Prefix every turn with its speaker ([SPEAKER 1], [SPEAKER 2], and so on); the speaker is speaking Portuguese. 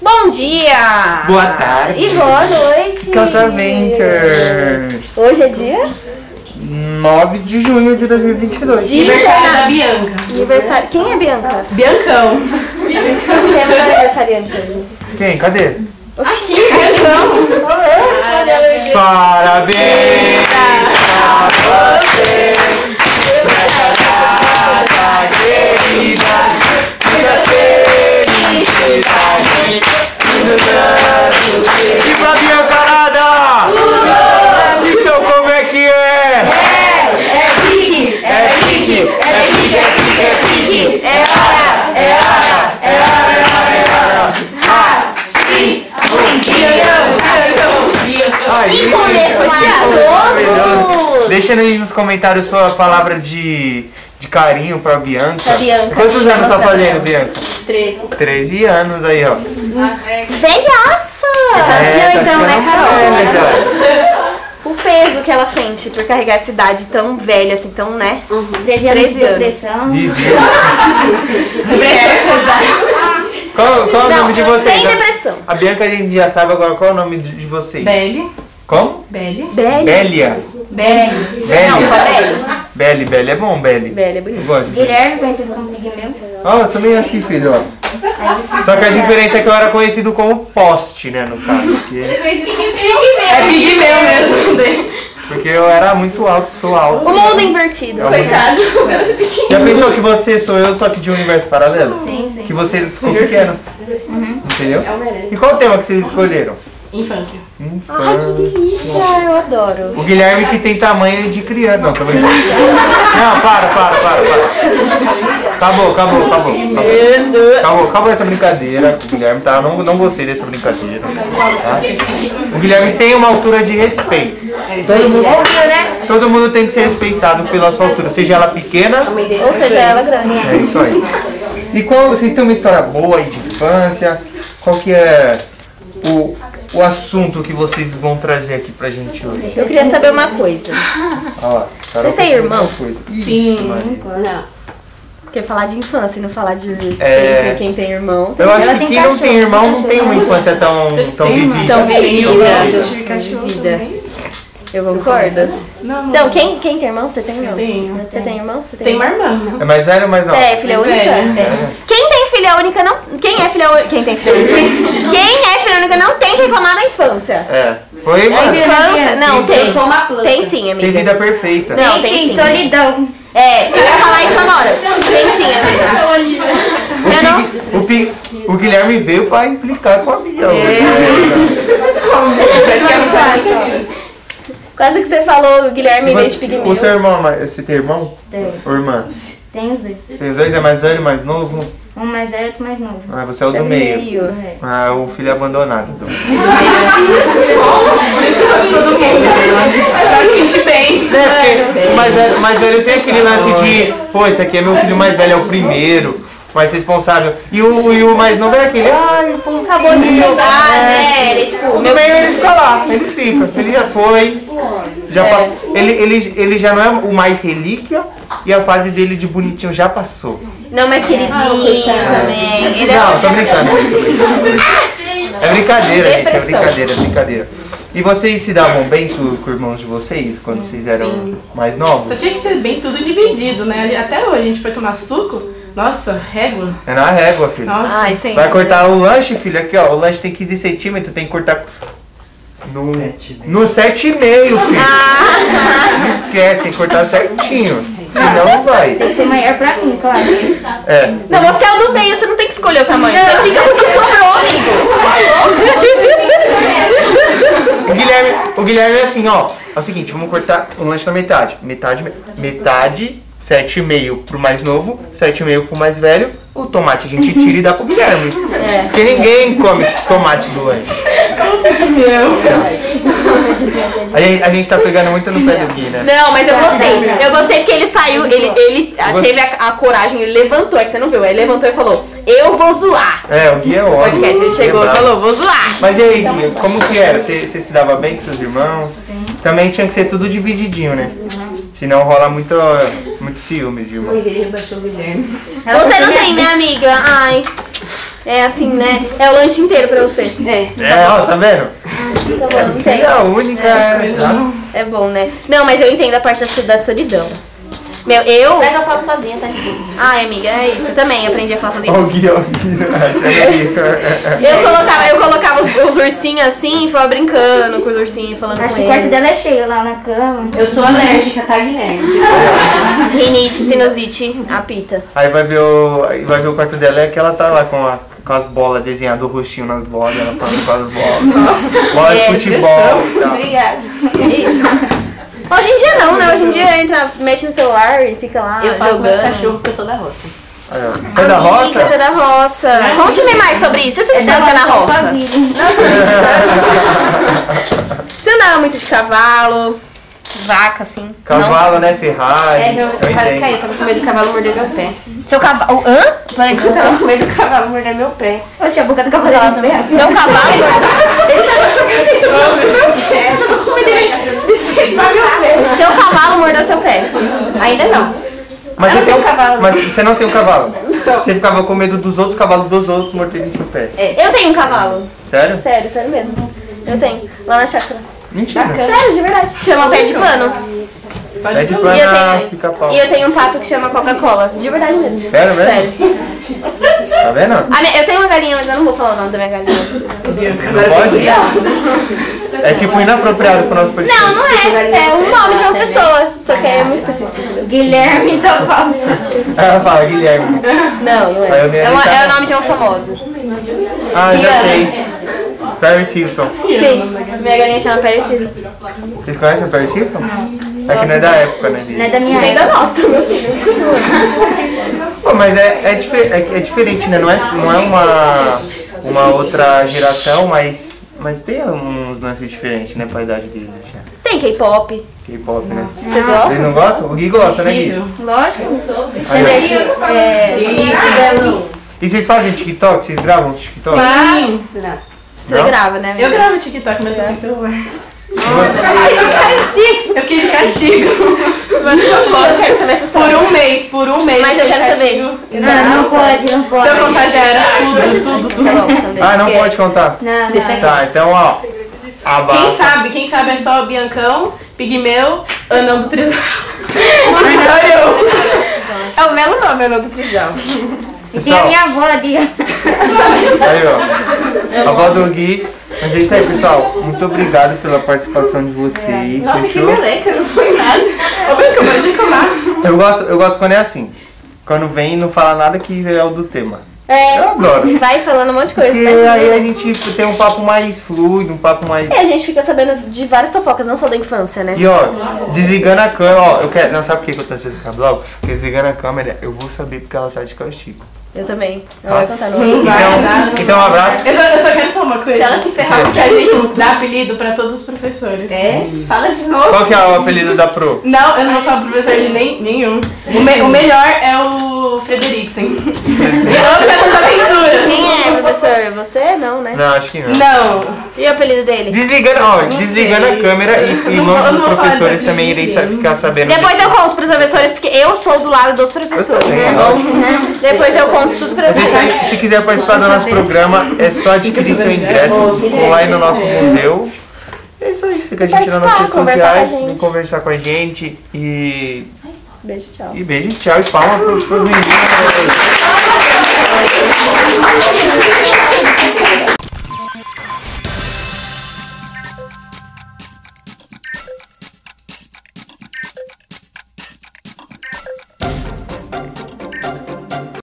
[SPEAKER 1] Bom dia!
[SPEAKER 2] Boa tarde.
[SPEAKER 1] E boa noite!
[SPEAKER 2] Cantor Ventures.
[SPEAKER 1] Hoje é dia?
[SPEAKER 2] 9 de junho de 2022.
[SPEAKER 3] Aniversário da Bianca.
[SPEAKER 1] Aniversário. Quem é Bianca?
[SPEAKER 3] Biancão.
[SPEAKER 1] Quem é meu aniversariante hoje?
[SPEAKER 2] Quem? Cadê?
[SPEAKER 3] Biancão.
[SPEAKER 2] Parabéns a você nessa data querida. Muitas felicidades, muitos anos. E pra minha carada? Então como é que é? É pique, é pique, é pique, é pique, é pique. É hora, é hora, é hora, é hora, é hora. Aí,
[SPEAKER 1] Incomensurável!
[SPEAKER 2] Deixa aí nos comentários sua palavra de, de carinho pra Bianca.
[SPEAKER 1] Pra Bianca.
[SPEAKER 2] Quantos anos tá
[SPEAKER 1] Nossa,
[SPEAKER 2] fazendo, Bianca?
[SPEAKER 3] Três.
[SPEAKER 2] 13 anos aí, ó.
[SPEAKER 1] Velhaça!
[SPEAKER 2] É,
[SPEAKER 3] então, né,
[SPEAKER 2] ficando
[SPEAKER 3] Carol?
[SPEAKER 2] velha já.
[SPEAKER 1] O peso que ela sente por carregar essa idade tão velha, assim, tão, né?
[SPEAKER 4] 13
[SPEAKER 1] 13
[SPEAKER 4] anos de
[SPEAKER 1] anos.
[SPEAKER 4] depressão.
[SPEAKER 2] Meu Deus. Qual, qual é o nome de vocês?
[SPEAKER 1] sem depressão.
[SPEAKER 2] A Bianca a gente já sabe agora qual é o nome de, de vocês.
[SPEAKER 3] Belle.
[SPEAKER 2] Como?
[SPEAKER 3] Belle.
[SPEAKER 1] Velha.
[SPEAKER 2] Bélia.
[SPEAKER 3] Belle.
[SPEAKER 1] Não, só
[SPEAKER 2] Bélia.
[SPEAKER 1] velha.
[SPEAKER 2] Belly, Belly é bom, Belly.
[SPEAKER 1] Velha é
[SPEAKER 2] Eu
[SPEAKER 1] bonita.
[SPEAKER 2] gosto de Belly.
[SPEAKER 4] Guilherme conheceu como amigo meu.
[SPEAKER 2] Ó, eu também aqui, filho, ó. Só que a diferença é que eu era conhecido como poste, né, no caso. Porque,
[SPEAKER 3] É Big Meu mesmo. né?
[SPEAKER 2] porque eu era muito alto, sou alto.
[SPEAKER 1] O mundo invertido.
[SPEAKER 2] É o mundo Já pensou que você sou eu, só que de um universo paralelo?
[SPEAKER 4] Sim, sim.
[SPEAKER 2] Que você ficou pequeno.
[SPEAKER 1] Uhum.
[SPEAKER 2] Entendeu? E qual o tema que vocês escolheram?
[SPEAKER 3] Infância.
[SPEAKER 1] Ai, que delícia! Eu adoro.
[SPEAKER 2] O Guilherme que tem tamanho de criança. Não, tô brincando. Não, para, para, para, para. Acabou, acabou, acabou. Acabou, acabou, acabou essa brincadeira com o Guilherme, tá? Eu Não, não gostei dessa brincadeira. tá? O Guilherme tem uma altura de respeito. Todo mundo, todo mundo tem que ser respeitado pela sua altura, seja ela pequena.
[SPEAKER 1] Ou seja, ela grande.
[SPEAKER 2] É isso aí. E qual, vocês têm uma história boa aí de infância? Qual que é o, o assunto que vocês vão trazer aqui pra gente hoje?
[SPEAKER 1] Eu queria saber uma coisa.
[SPEAKER 2] Olha lá, Carol
[SPEAKER 1] Vocês têm
[SPEAKER 2] tá falando
[SPEAKER 1] irmãos?
[SPEAKER 2] uma coisa. Ixi, Maria.
[SPEAKER 3] Não.
[SPEAKER 1] Porque falar de infância e não falar de
[SPEAKER 2] É.
[SPEAKER 1] quem, quem tem irmão.
[SPEAKER 2] Eu acho
[SPEAKER 4] Ela
[SPEAKER 2] que
[SPEAKER 4] tem
[SPEAKER 2] quem não tem
[SPEAKER 4] cachorro,
[SPEAKER 2] irmão não
[SPEAKER 4] cachorro.
[SPEAKER 2] tem uma infância tão, tão vivida.
[SPEAKER 1] Tão vivida.
[SPEAKER 3] Eu
[SPEAKER 1] Tão vivida. Eu concordo.
[SPEAKER 3] Não,
[SPEAKER 1] Então, quem, quem tem irmão? Você tem irmão?
[SPEAKER 3] tenho.
[SPEAKER 1] Você tem irmão? Você tem,
[SPEAKER 3] Tem
[SPEAKER 1] irmão?
[SPEAKER 3] uma irmã.
[SPEAKER 2] É mais velho ou mais não?
[SPEAKER 1] Você é filha
[SPEAKER 3] Mais
[SPEAKER 1] única?
[SPEAKER 3] velha.
[SPEAKER 1] É. Quem tem filha única não. Quem é filha única. Quem tem filha única? quem é filha única não tem que reclamar da infância.
[SPEAKER 2] É. Foi,
[SPEAKER 1] A
[SPEAKER 2] mano.
[SPEAKER 1] infância. Não, tem.
[SPEAKER 3] Eu sou uma planta.
[SPEAKER 1] Tem sim,
[SPEAKER 2] Tem
[SPEAKER 1] amiga.
[SPEAKER 2] vida perfeita.
[SPEAKER 1] Não,
[SPEAKER 4] Sim,
[SPEAKER 1] tem
[SPEAKER 4] sim,
[SPEAKER 1] sim.
[SPEAKER 4] solidão.
[SPEAKER 1] É, você vai falar isso agora. Tem sim, amiga.
[SPEAKER 2] O,
[SPEAKER 1] Eu não-
[SPEAKER 2] Gui- o, Gui- o Guilherme veio pra implicar com a
[SPEAKER 1] É.
[SPEAKER 2] Bia. hoje, né?
[SPEAKER 1] Quase que você falou Guilherme em vez de
[SPEAKER 2] Você-
[SPEAKER 1] pigmeu.
[SPEAKER 2] O seu irmão, é mais- você tem irmão?
[SPEAKER 4] Tem.
[SPEAKER 2] Ou irmã?
[SPEAKER 4] Tem os dois.
[SPEAKER 2] Vocês dois é mais velho, mais novo?
[SPEAKER 4] Um mais velho e outro mais novo.
[SPEAKER 2] Ah, você é o
[SPEAKER 1] Você é
[SPEAKER 2] do
[SPEAKER 1] do
[SPEAKER 2] meio.
[SPEAKER 1] meio.
[SPEAKER 2] Ah, o filho é abandonado. Então.
[SPEAKER 3] Eu me senti bem.
[SPEAKER 2] É, porque o mais velho, o mais velho tem aquele lance de, pô, esse aqui é meu filho mais velho, é o primeiro, mais responsável. E o, e o mais novo é aquele, ai, pô,
[SPEAKER 1] Acabou de chegar, né? Ele, tipo,
[SPEAKER 2] no meio ele fica lá, ele fica, ele já foi.
[SPEAKER 1] É.
[SPEAKER 2] Já pa- ele, ele, ele já não é o mais relíquia e a fase dele de bonitinho já passou.
[SPEAKER 1] Não, mas queridinho também. Ele é
[SPEAKER 2] Não, tô brincando. tô brincando. É brincadeira, gente. É
[SPEAKER 1] Depressão.
[SPEAKER 2] brincadeira, é brincadeira. E vocês se davam bem com, com irmãos de vocês quando vocês eram mais
[SPEAKER 3] Só
[SPEAKER 2] novos?
[SPEAKER 3] tinha que ser bem tudo dividido, né? Até hoje a gente foi tomar suco. Nossa, régua.
[SPEAKER 2] É na régua, filho.
[SPEAKER 3] Nossa.
[SPEAKER 1] Ai, sim.
[SPEAKER 2] Vai cortar o lanche, filho, aqui, ó. O lanche tem 15 centímetros, tem que cortar. No 7,5. No 7,5, filho.
[SPEAKER 1] Ah.
[SPEAKER 2] Não esquece, tem que cortar certinho. Senão não vai.
[SPEAKER 4] Tem que ser maior pra mim, claro.
[SPEAKER 2] É.
[SPEAKER 1] Não, você é o do meio, você não tem que escolher o tamanho. Você fica com o que sobrou, amigo.
[SPEAKER 2] O Guilherme, o Guilherme é assim, ó. É o seguinte, vamos cortar um lanche na metade. Metade, metade, 7,5 pro mais novo, 7,5 pro mais velho. O tomate a gente tira e dá pro Guilherme.
[SPEAKER 1] É.
[SPEAKER 2] Porque ninguém come tomate do lanche.
[SPEAKER 3] Meu.
[SPEAKER 2] A gente, a gente tá pegando muito no pé do Gui, né?
[SPEAKER 1] Não, mas eu gostei. Eu gostei porque ele saiu, ele, ele ah, teve a, a coragem, ele levantou, é que você não viu, ele levantou e falou: Eu vou zoar.
[SPEAKER 2] É, o Gui é ótimo.
[SPEAKER 3] Podcast, ele chegou
[SPEAKER 2] é brabo.
[SPEAKER 3] falou, vou zoar.
[SPEAKER 2] Mas e aí, Gui, como que era? Você você se dava bem com seus irmãos? Sim. Também tinha que ser tudo divididinho, né? Senão rola muito, muito ciúmes de irmão.
[SPEAKER 1] Você não tem, né, amiga? Ai. É assim, né? É o lanche inteiro pra você.
[SPEAKER 2] É, ó, tá vendo?
[SPEAKER 1] É, não tem.
[SPEAKER 2] Filha única, é. Nossa.
[SPEAKER 1] É bom, né? Não, mas eu entendo a parte da so- da solidão. Meu, eu.
[SPEAKER 5] Mas eu falo sozinha, tá? Gente?
[SPEAKER 1] Ai, amiga, é isso. Também aprendi a falar sozinha.
[SPEAKER 2] Ó o Gui, ó o Gui. né? Chega aí.
[SPEAKER 1] Eu colocava, eu colocava os, os ursinhos assim e ficava brincando com os ursinhos, falando
[SPEAKER 4] Acho
[SPEAKER 1] com
[SPEAKER 4] que o quarto
[SPEAKER 1] eles.
[SPEAKER 4] dela é cheio lá na cama.
[SPEAKER 5] Eu sou alérgica, tá, Guilherme?
[SPEAKER 1] Rinite, sinusite, apita.
[SPEAKER 2] Aí vai ver o. aí Vai ver o quarto dela é que ela tá lá com, a, com as bolas desenhado o rostinho nas bolas, ela falando com as bolas. Nossa. Bola de
[SPEAKER 1] É,
[SPEAKER 2] futebol e tal.
[SPEAKER 1] Obrigada. É isso. Hoje em dia não, né? Hoje em dia entra, mexe no celular e fica lá.
[SPEAKER 5] Eu falo com meus
[SPEAKER 1] jogando.
[SPEAKER 5] cachorros porque eu sou da roça.
[SPEAKER 2] Aí, ó. Você é da
[SPEAKER 1] Amiga, Você é
[SPEAKER 2] roça?
[SPEAKER 1] da roça. Conte-me mais sobre isso. E sua infância na é roça? Você andava muito de cavalo, vaca, assim.
[SPEAKER 2] Cavalo, né? Ferrari.
[SPEAKER 5] É, eu
[SPEAKER 2] eu
[SPEAKER 5] quase
[SPEAKER 2] entendo.
[SPEAKER 5] caí, tava com medo do cavalo morder meu pé.
[SPEAKER 1] Não. Seu cavalo. Hã? Peraí,
[SPEAKER 5] Eu tava com medo do cavalo morder meu pé.
[SPEAKER 4] Oxe, a boca do é cavalo dela também.
[SPEAKER 1] Seu cavalo. Seu cavalo mordeu seu pé.
[SPEAKER 5] Ainda não.
[SPEAKER 2] Mas, você tem um,
[SPEAKER 5] tenho cavalo.
[SPEAKER 2] mas você não tem um cavalo. Você ficava com medo dos outros cavalos dos outros morderem seu pé.
[SPEAKER 1] Eu tenho um cavalo.
[SPEAKER 2] Sério?
[SPEAKER 1] Sério, sério mesmo. Eu tenho. Lá na chácara.
[SPEAKER 2] Mentira.
[SPEAKER 1] Sério, de verdade. Chama pé de pano.
[SPEAKER 3] Só
[SPEAKER 2] É de
[SPEAKER 3] problema.
[SPEAKER 2] plana
[SPEAKER 1] tenho-
[SPEAKER 2] pica-pau.
[SPEAKER 1] E eu tenho um pato que chama Coca-Cola. De verdade mesmo.
[SPEAKER 2] Sério mesmo?
[SPEAKER 1] Sério.
[SPEAKER 2] Tá vendo?
[SPEAKER 1] A minha- eu tenho uma galinha, mas eu não vou falar o nome da minha galinha.
[SPEAKER 2] Não pode? É tipo inapropriado pro nosso podcast.
[SPEAKER 1] Não, não é. É o nome de uma pessoa. Só que é muito específico.
[SPEAKER 4] Guilherme só falta.
[SPEAKER 2] Ela Ah, fala, Guilherme.
[SPEAKER 1] Não, não
[SPEAKER 2] Aí eu me
[SPEAKER 1] é. É, uma-
[SPEAKER 2] arriscar.
[SPEAKER 1] é o nome de uma famosa.
[SPEAKER 2] Ah, já sei. Paris Hilton.
[SPEAKER 1] Sim. Minha galinha chama Parecida.
[SPEAKER 2] Vocês conhecem o Paris Hilton? É que não é da época, né?
[SPEAKER 4] Não é
[SPEAKER 2] dele.
[SPEAKER 4] da minha
[SPEAKER 1] Nem
[SPEAKER 4] época.
[SPEAKER 1] da nossa, meu filho.
[SPEAKER 2] Pô, mas é, é, dife- é, é diferente, né? Não é, não é uma, uma outra geração, mas, mas tem uns lances diferentes, né? Pra idade dele, né?
[SPEAKER 1] Tem K-pop.
[SPEAKER 2] K-pop, né?
[SPEAKER 1] Vocês gostam?
[SPEAKER 2] Vocês não gostam? O Gui gosta, né, Gui?
[SPEAKER 3] Horrível.
[SPEAKER 4] Lógico.
[SPEAKER 2] Aí, ó.
[SPEAKER 4] É,
[SPEAKER 2] E vocês fazem TikTok? Vocês gravam os TikTok?
[SPEAKER 3] Sim,
[SPEAKER 1] Você grava, né?
[SPEAKER 3] Tá? eu
[SPEAKER 1] amiga?
[SPEAKER 3] gravo TikTok, mas eu tô sem celular.
[SPEAKER 1] Chique.
[SPEAKER 3] Eu fiquei de castigo
[SPEAKER 1] Eu quero saber essas
[SPEAKER 3] por um mês, por um mês.
[SPEAKER 1] Mas eu
[SPEAKER 3] fiquei de
[SPEAKER 1] quero saber.
[SPEAKER 3] castigo.
[SPEAKER 4] não, não pode, não
[SPEAKER 3] Se
[SPEAKER 4] pode.
[SPEAKER 3] eu contar já era tudo, tudo, tudo.
[SPEAKER 2] Ah, não pode contar.
[SPEAKER 4] Não, não.
[SPEAKER 2] Tá, então ó.
[SPEAKER 3] Quem
[SPEAKER 2] Abaixa.
[SPEAKER 3] sabe, quem sabe é só o Biancão, Pigmeu, Anão do Trisal. Olha eu. É o belo nome, Anão do Trisal.
[SPEAKER 4] E tem a
[SPEAKER 2] Pessoal.
[SPEAKER 4] minha avó ali. ó.
[SPEAKER 2] Aí, ó. A voz do Gui. Mas é isso aí, pessoal. Muito obrigado pela participação de vocês. fechou?
[SPEAKER 5] meleca, não foi nada.
[SPEAKER 3] Ô Biancão, pode reclamar.
[SPEAKER 2] Eu gosto, eu gosto quando é assim. Quando vem e não fala nada que é o do tema. Eu
[SPEAKER 1] É.
[SPEAKER 2] adoro.
[SPEAKER 1] Vai falando um monte de coisa,
[SPEAKER 2] Porque
[SPEAKER 1] né?
[SPEAKER 2] aí a gente tipo, tem um papo mais fluido, um papo mais.
[SPEAKER 1] E a gente fica sabendo de várias fofocas, não só da infância, né?
[SPEAKER 2] E ó, desligando a câmera, ó, eu quero. Não, sabe por que que eu tô achando que logo? Porque desligando a câmera, eu vou saber porque ela sabe de que é o Chico.
[SPEAKER 1] Eu também.
[SPEAKER 2] Ah.
[SPEAKER 1] Não vai contar, não.
[SPEAKER 3] Não vai, nada, não
[SPEAKER 2] Então, então um abraço.
[SPEAKER 3] Eu só, eu só quero falar uma coisa.
[SPEAKER 5] Se ela se ferrar,
[SPEAKER 3] Que a gente dá apelido pra todos os professores.
[SPEAKER 5] é,
[SPEAKER 1] né?
[SPEAKER 5] fala de novo.
[SPEAKER 2] Qual que é o apelido da Pro?
[SPEAKER 3] Não, eu não vou falar pro professor de nem, nenhum. O, me- o melhor é o Frederiksen. De novo essas aventuras.
[SPEAKER 1] Quem é, professor? Você? Não, né?
[SPEAKER 2] Não, acho que não.
[SPEAKER 3] Não.
[SPEAKER 1] E o apelido dele?
[SPEAKER 2] Desligando, ó, desligando a
[SPEAKER 3] sei.
[SPEAKER 2] câmera e, e
[SPEAKER 3] Não vou-
[SPEAKER 2] longe
[SPEAKER 3] eu
[SPEAKER 2] dos
[SPEAKER 3] não vou falar
[SPEAKER 2] professores
[SPEAKER 3] de
[SPEAKER 2] também irei sa-
[SPEAKER 3] ninguém.
[SPEAKER 2] ficar sabendo.
[SPEAKER 1] Depois
[SPEAKER 2] disso.
[SPEAKER 1] eu conto pros professores, porque eu sou do lado dos professores,
[SPEAKER 2] também,
[SPEAKER 1] tá bom? Depois eu conto tudo pra
[SPEAKER 2] Mas é
[SPEAKER 1] vocês.
[SPEAKER 2] isso aí, se quiser participar do nosso programa, é só adquirir seu ingresso online no nosso museu. É isso aí, fica a gente nas nossas redes
[SPEAKER 1] Participar, conversar com a
[SPEAKER 2] sociais,
[SPEAKER 1] gente.
[SPEAKER 2] vem conversar com a gente e,
[SPEAKER 1] Beijo, tchau.
[SPEAKER 2] e beijo, tchau e palma pros, pros meninos.